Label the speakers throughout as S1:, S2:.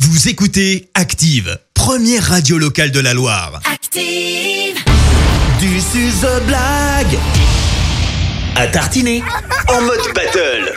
S1: Vous écoutez Active, première radio locale de la Loire.
S2: Active.
S3: Du suzo blague à tartiner en mode battle.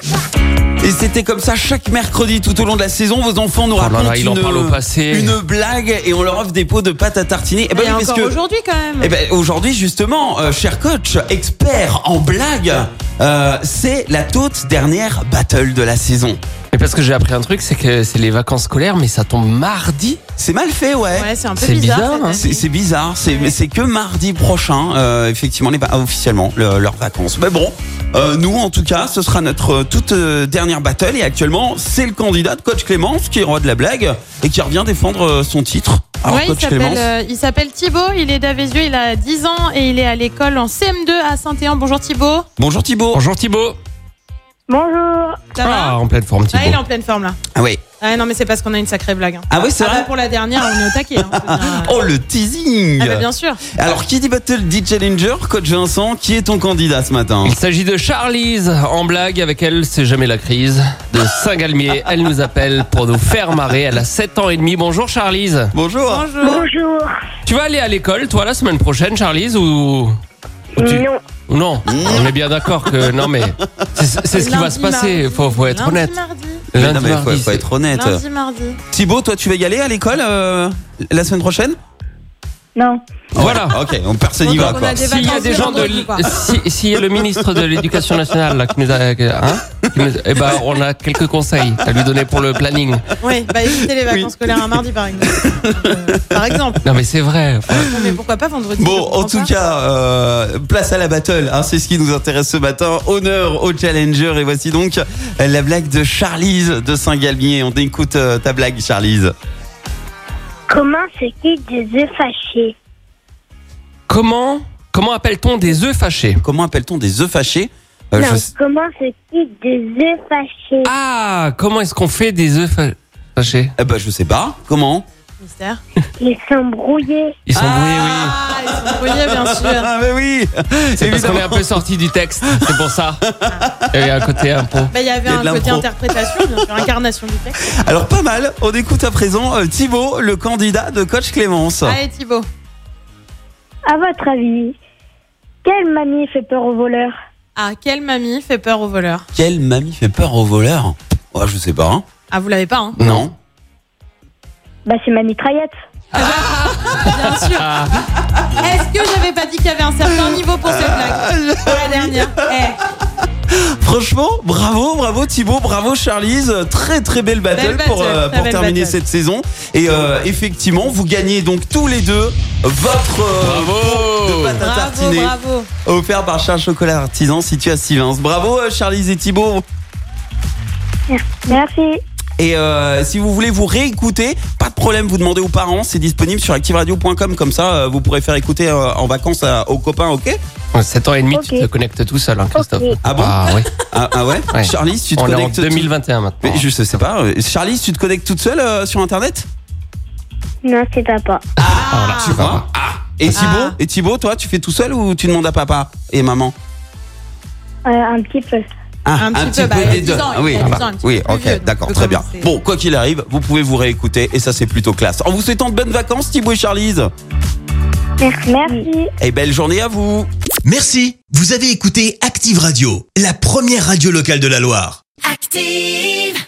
S3: Et c'était comme ça chaque mercredi tout au long de la saison. Vos enfants nous
S4: Oh là là,
S3: racontent
S4: il en
S3: une,
S4: parle au passé.
S3: une blague et on leur offre des pots de pâte à tartiner. Eh ben
S2: Et
S3: oui, parce
S2: encore
S3: que-
S2: aujourd'hui quand même.
S3: eh ben, aujourd'hui justement, euh, cher coach, expert en blague, euh, c'est la toute dernière battle de la saison.
S4: Et parce que j'ai appris un truc, c'est que c'est les vacances scolaires, mais ça tombe mardi.
S3: C'est mal fait,
S2: ouais, c'est un peu
S4: c'est
S2: bizarre.
S4: bizarre,
S2: cette
S4: hein.
S2: année.
S3: C'est c'est bizarre, c'est mais c'est que mardi prochain, euh, effectivement, les, va- officiellement, le- leurs vacances. Mais bon, euh, nous, en tout cas, ce sera notre euh, toute euh, dernière battle. Et actuellement, c'est le candidat de Coach Clémence qui est roi de la blague et qui revient défendre euh, son titre. Alors,
S5: Ouais, il
S3: Coach
S5: s'appelle
S3: Clémence,
S5: euh, il s'appelle Thibaut, il est d'Avézieux, il a 10 ans et il est à l'école en CM2 à Saint-Éan. Bonjour Thibaut.
S3: bonjour Thibaut.
S4: Bonjour Thibaut.
S6: Bonjour.
S5: Ça va
S4: Ah, en pleine forme
S5: Ah, il est
S4: Thibaut.
S5: en pleine forme là.
S3: Ah ouais.
S5: Ah non mais c'est parce qu'on a une sacrée blague. hein.
S3: Ah ouais, c'est
S5: Ah, bah,
S3: vrai.
S5: pour la dernière, on est au taquet. hein, on peut dire.
S3: Oh le teasing.
S5: Ah bah, bien sûr.
S3: Alors, qui dit battle dit challenger, Coach Vincent. Qui est ton candidat ce matin
S4: Il s'agit de Charlize. En blague, avec elle, c'est jamais la crise. De Saint-Galmier, elle nous appelle pour nous faire marrer. Elle a 7 ans et demi. Bonjour Charlize.
S3: Bonjour.
S5: Bonjour.
S6: Bonjour.
S4: Tu vas aller à l'école, toi, la semaine prochaine, Charlize, ou... ou tu-
S6: Non.
S4: ou non On est bien d'accord que non, mais c'est c'est ce qui va
S5: Lundi,
S4: se passer.
S5: mardi.
S4: Faut, faut être
S5: Lundi,
S4: honnête.
S5: Mardi,
S3: Mais
S4: Lundi,
S3: non, mais faut-
S4: mardi,
S3: faut
S4: c'est-
S3: être honnête.
S5: lundi, mardi.
S3: Thibaut, toi, tu vas y aller à l'école euh, la semaine prochaine
S6: Non.
S4: Voilà.
S3: Ouais, Ok, on personne n'y
S5: Donc,
S3: va
S5: on a
S3: quoi.
S5: des
S4: S'il y a
S5: vacances
S4: des
S5: le
S4: gens de
S5: vendredi,
S4: l-
S5: quoi.
S4: si, s'il y a le ministre de l'Éducation nationale là, qui nous a, hein, qui nous- eh ben on a quelques conseils à lui donner pour le planning.
S5: Oui, bah évitez les vacances scolaires un mardi par exemple. Euh, par exemple.
S4: Non mais c'est vrai. Enfin,
S5: Non, mais pourquoi pas vendredi je
S3: Bon, en
S5: comprends
S3: tout
S5: pas.
S3: cas, euh, place à la battle. hein, c'est ce qui nous intéresse ce matin. Honneur au challenger. Et voici donc la blague de Charlize de Saint-Galmier. On écoute euh, ta blague, Charlize.
S6: Comment se quittent des œufs fâchés
S4: comment comment appelle-t-on des œufs fâchés
S3: Comment appelle-t-on des œufs fâchés Euh,
S6: Non.
S3: je sais-
S6: Comment se quittent des œufs fâchés
S4: Ah, comment est-ce qu'on fait des œufs fa- fâchés
S3: eh ben, je sais pas. Comment
S5: Mystère.
S6: Ils sont brouillés.
S4: Ils sont brouillés, oui.
S5: Ah, ils sont brouillés, bien sûr.
S3: Ah, mais oui
S4: C'est parce qu'on est
S3: Évidemment.
S4: un peu sorti du texte. C'est pour ça. Il y a un côté un peu.
S5: Bah, il y avait
S3: Il y a de
S5: un côté
S3: l'impro.
S5: interprétation, bien sûr, incarnation du texte.
S3: Alors, pas mal. On écoute à présent euh, Thibaut, le candidat de coach Clémence.
S5: Allez Thibaut.
S6: À votre avis, quelle mamie fait peur aux voleurs
S5: Ah, quelle mamie fait peur aux voleurs
S3: Quelle mamie fait peur aux voleurs Ouais, je sais pas. hein.
S5: Ah, vous l'avez pas, hein
S3: Non.
S6: Bah, c'est ma mitraillette.
S5: Bien sûr. Est-ce que j'avais pas dit qu'il y avait un certain niveau pour cette
S3: Ah,
S5: blague Pour la dernière. Eh,
S3: Franchement, bravo, bravo Thibaut, bravo Charlize. Très très belle battle,
S5: Belle
S3: pour,
S5: battle,
S3: euh,
S5: très
S3: pour
S5: belle
S3: terminer
S5: battle.
S3: cette saison. Et euh, effectivement, vous gagnez donc tous les deux votre euh,
S4: Bravo.
S3: pâte à
S5: bravo,
S3: tartiner
S5: bravo.
S3: offert par Charles Chocolat Artisan situé à Sivins. Bravo euh, Charlize et Thibaut.
S6: Merci.
S3: Et euh, si vous voulez vous réécouter, pas de problème, vous demandez aux parents, c'est disponible sur activeradio.com comme ça euh, vous pourrez faire écouter euh, en vacances à- aux copains, OK
S4: 7 ans et demi, tu
S6: Ok.
S4: te connectes tout seul, hein, Christophe.
S6: Ok.
S3: Ah bon
S4: Ah oui.
S3: ah, ah ouais,
S4: Ouais.
S3: Charlize, tu te
S4: On est en
S3: connectes tout-
S4: 2021 maintenant.
S3: Mais je sais pas, euh, Charlize, tu te connectes toute seule euh, sur internet
S6: Non, c'est papa.
S4: Ah, voilà,
S3: Tu vois Ah. Et Thibaut,
S5: Ah.
S3: et Thibaut, toi, tu fais tout seul ou tu demandes à papa et maman
S6: Euh, un petit peu.
S3: Ah,
S5: Un petit peu, bah, il a 10 ans, il
S3: Ah oui,
S5: a 10 ans, un petit
S3: oui,
S5: peu plus vieux,
S3: ok,
S5: donc
S3: d'accord,
S5: on peut
S3: très bien.
S5: commencer.
S3: Bon, quoi qu'il arrive, vous pouvez vous réécouter et ça, c'est plutôt classe. En vous souhaitant de bonnes vacances, Thibaut et Charlize.
S6: Merci. Merci.
S3: Et belle journée à vous.
S1: Merci, vous avez écouté Active Radio, la première radio locale de la Loire.
S2: Active.